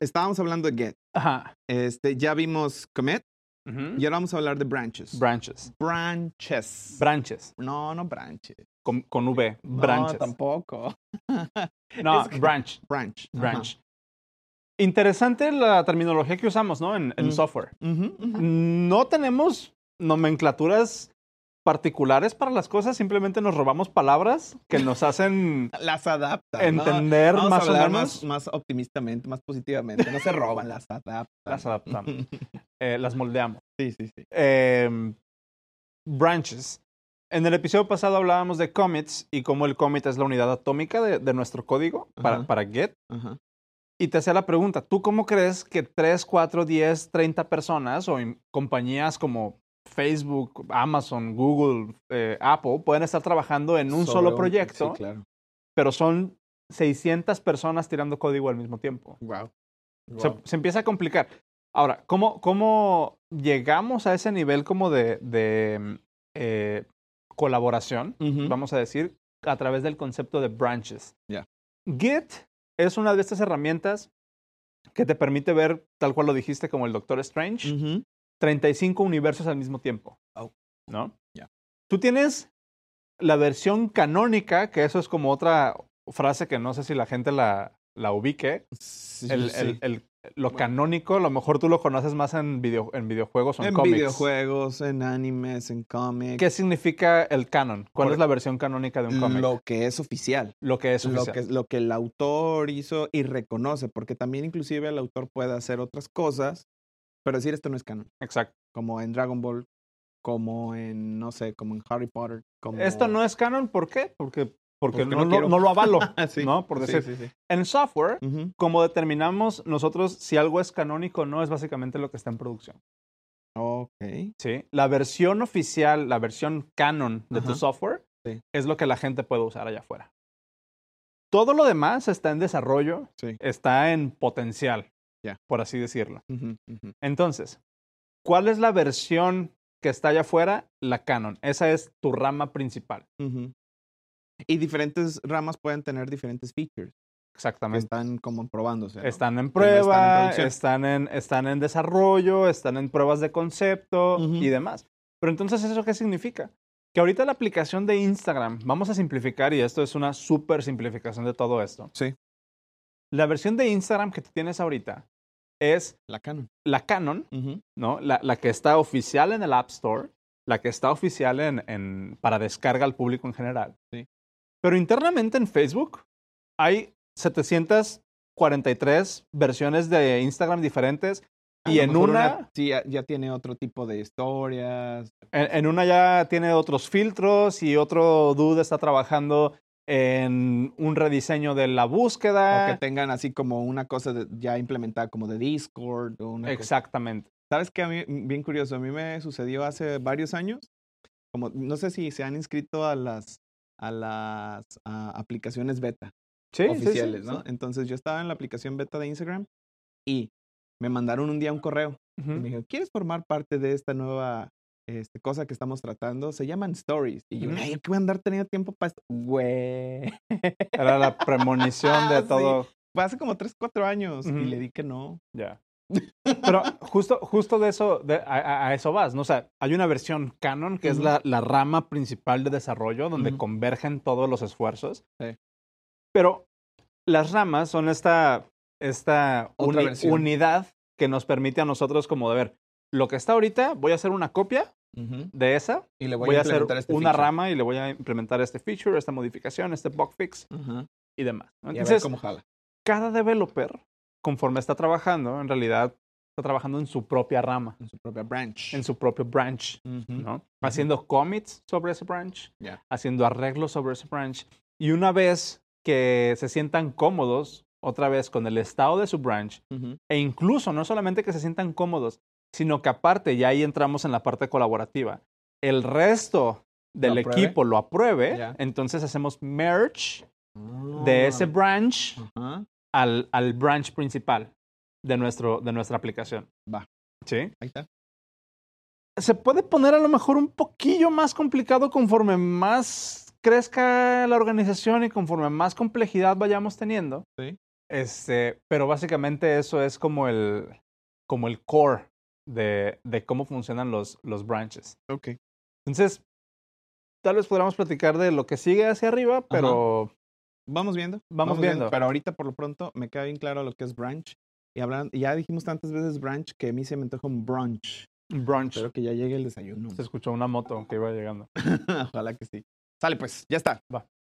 estábamos hablando de Get. Ajá. Este, ya vimos Comet Ujú. y ahora vamos a hablar de Branches. Branches. branches. Branches. no, no branches. Con, con V. No, Branches. No, tampoco. Es que- branch. Branch. ajá. Branch. Interesante la terminología que usamos, ¿no? En, en Mm. software. Ujú, ujú. No tenemos nomenclaturas particulares para las cosas, simplemente nos robamos palabras que nos hacen Las adaptan. ¿no? entender Vamos más a o hablar menos. más, más optimistamente, más positivamente. No se roban, las adaptan. Las adaptamos, eh, las moldeamos. sí, sí, sí. Eh, branches. En el episodio pasado hablábamos de commits y cómo el commit es la unidad atómica de, de nuestro código para, Ajá. para get. Ajá. Y te hacía la pregunta, ¿tú cómo crees que 3, 4, 10, 30 personas o en compañías como Facebook, Amazon, Google, eh, Apple pueden estar trabajando en un Sobre solo proyecto, Sí, claro. pero son 600 personas tirando código al mismo tiempo? Wow. Se, se empieza a complicar. Ahora, ¿cómo, cómo llegamos a ese nivel como de, de, eh, colaboración? vamos a decir, a través del concepto de branches. Ya. Git es una de estas herramientas que te permite ver, tal cual lo dijiste, como el Doctor Strange, 35 universos al mismo tiempo. Oh. ¿No? Ya. Tú tienes la versión canónica, que eso es como otra frase que no sé si la gente la, la ubique. El- el- el- lo canónico, a lo mejor tú lo conoces más en, video, en videojuegos o en, en cómics. videojuegos, en animes, en cómics. ¿Qué significa el canon? ¿Cuál Por- es la versión canónica de un cómic? Lo, Lo que es oficial. que es Lo oficial. que, lo que el autor hizo y reconoce, porque también inclusive el autor puede hacer otras cosas, pero decir esto no es canon, Exacto. como en Dragon Ball, como en, no sé, como en Harry Potter. Como... Esto no es canon, ¿por qué? Porque, Porque porque no, no lo- quiero. no lo avalo, Ah, sí, ¿no? Por sí, decir, sí, sí. en software, Ujú. como determinamos nosotros si algo es canónico o no, es básicamente lo que está en producción, Ok. ¿sí? La versión oficial, la versión canon de tu Ajá. software Sí. es lo que la gente puede usar allá afuera. Todo lo demás está en desarrollo, Sí. está en potencial, Ya. por así decirlo. Ujú, ujú. Entonces, ¿cuál es la versión que está allá afuera? La canon. Esa es tu rama principal. Ujú. Y diferentes ramas pueden tener diferentes features que Exactamente. están como probándose. ¿no? Están en Que no están en prueba, producción. están en, están en, desarrollo, están en pruebas de concepto Ujú. y demás. Pero entonces, ¿eso qué significa? Que ahorita la aplicación de Instagram, vamos a simplificar, y esto es una súper simplificación de todo esto. Sí. La versión de Instagram que tú tienes ahorita es La canon. la Canon, Ujú. ¿no? La, la que está oficial en el App Store, la que está oficial en, en- para descarga al público en general. Sí. Pero internamente en Facebook hay 743 versiones de Instagram diferentes A y lo en Ah, mejor una, sí, ya, ya tiene otro tipo de historias. en, en una ya tiene otros filtros y otro dude está trabajando en un rediseño de la O búsqueda. que tengan así como una cosa de- ya implementada como de Discord. O una cosa. Exactamente. ¿Sabes qué? A mí, mm, bien curioso, a mí me sucedió hace varios años. Como, no sé si se han inscrito a las, a las ah, aplicaciones beta Sí, sí, sí, oficiales, ¿no? sí. Entonces yo estaba en la aplicación beta de Instagram y me mandaron un día un correo. Ujú. Y me dijo, ¿quieres formar parte de esta nueva este, cosa que estamos tratando? Se llaman stories. Y yo, Ujú. ay, ¿qué voy a andar teniendo tiempo para esto? Güey. Era la premonición de Sí. todo. Fue hace como 3, 4 años Ujú. y le di que no. Ya. Pero justo, justo de eso, de- a, a- a eso vas, ¿no? O sea, hay una versión canon que es Ujú. la, la rama principal de desarrollo donde Ujú. convergen todos los esfuerzos. Sí. Pero las ramas son esta, esta Otra uni- versión. unidad que nos permite a nosotros como de ver, lo que está ahorita, voy a hacer una copia de esa, Y le voy, a, este hacer este una rama y le voy a implementar este feature, esta modificación, este bug fix y demás. ¿no? Y a ver cómo jala. cada developer, conforme está trabajando, en realidad está trabajando en su propia rama, En su propia branch. en su propio branch, Ujú. ¿no? Haciendo commits sobre ese branch, Ya. haciendo arreglos sobre ese branch. Y una vez que se sientan cómodos, otra vez con el estado de su branch, Ujú. e incluso no solamente que se sientan cómodos, sino que aparte, ya ahí entramos en la parte colaborativa, el resto del Lo apruebe. equipo lo apruebe, Ya. entonces hacemos merge de ese Ah, branch ajá. al, al branch principal de, nuestro, de nuestra aplicación. Va. ¿Sí? Ahí está. Se puede poner a lo mejor un poquillo más complicado conforme más crezca la organización y conforme más complejidad vayamos teniendo. Sí. Este, pero básicamente eso es como el, como el core de, de cómo funcionan los, los branches. Ok. Entonces, tal vez podríamos platicar de lo que sigue hacia arriba, pero Vamos viendo. Vamos viendo. Pero ahorita, por lo pronto, me queda bien claro lo que es branch. Y hablan- ya dijimos tantas veces branch que a mí se me antoja un brunch. brunch. Espero que ya llegue el desayuno. Se escuchó una moto que iba llegando. Ojalá que sí. Sale pues, ya está. Va.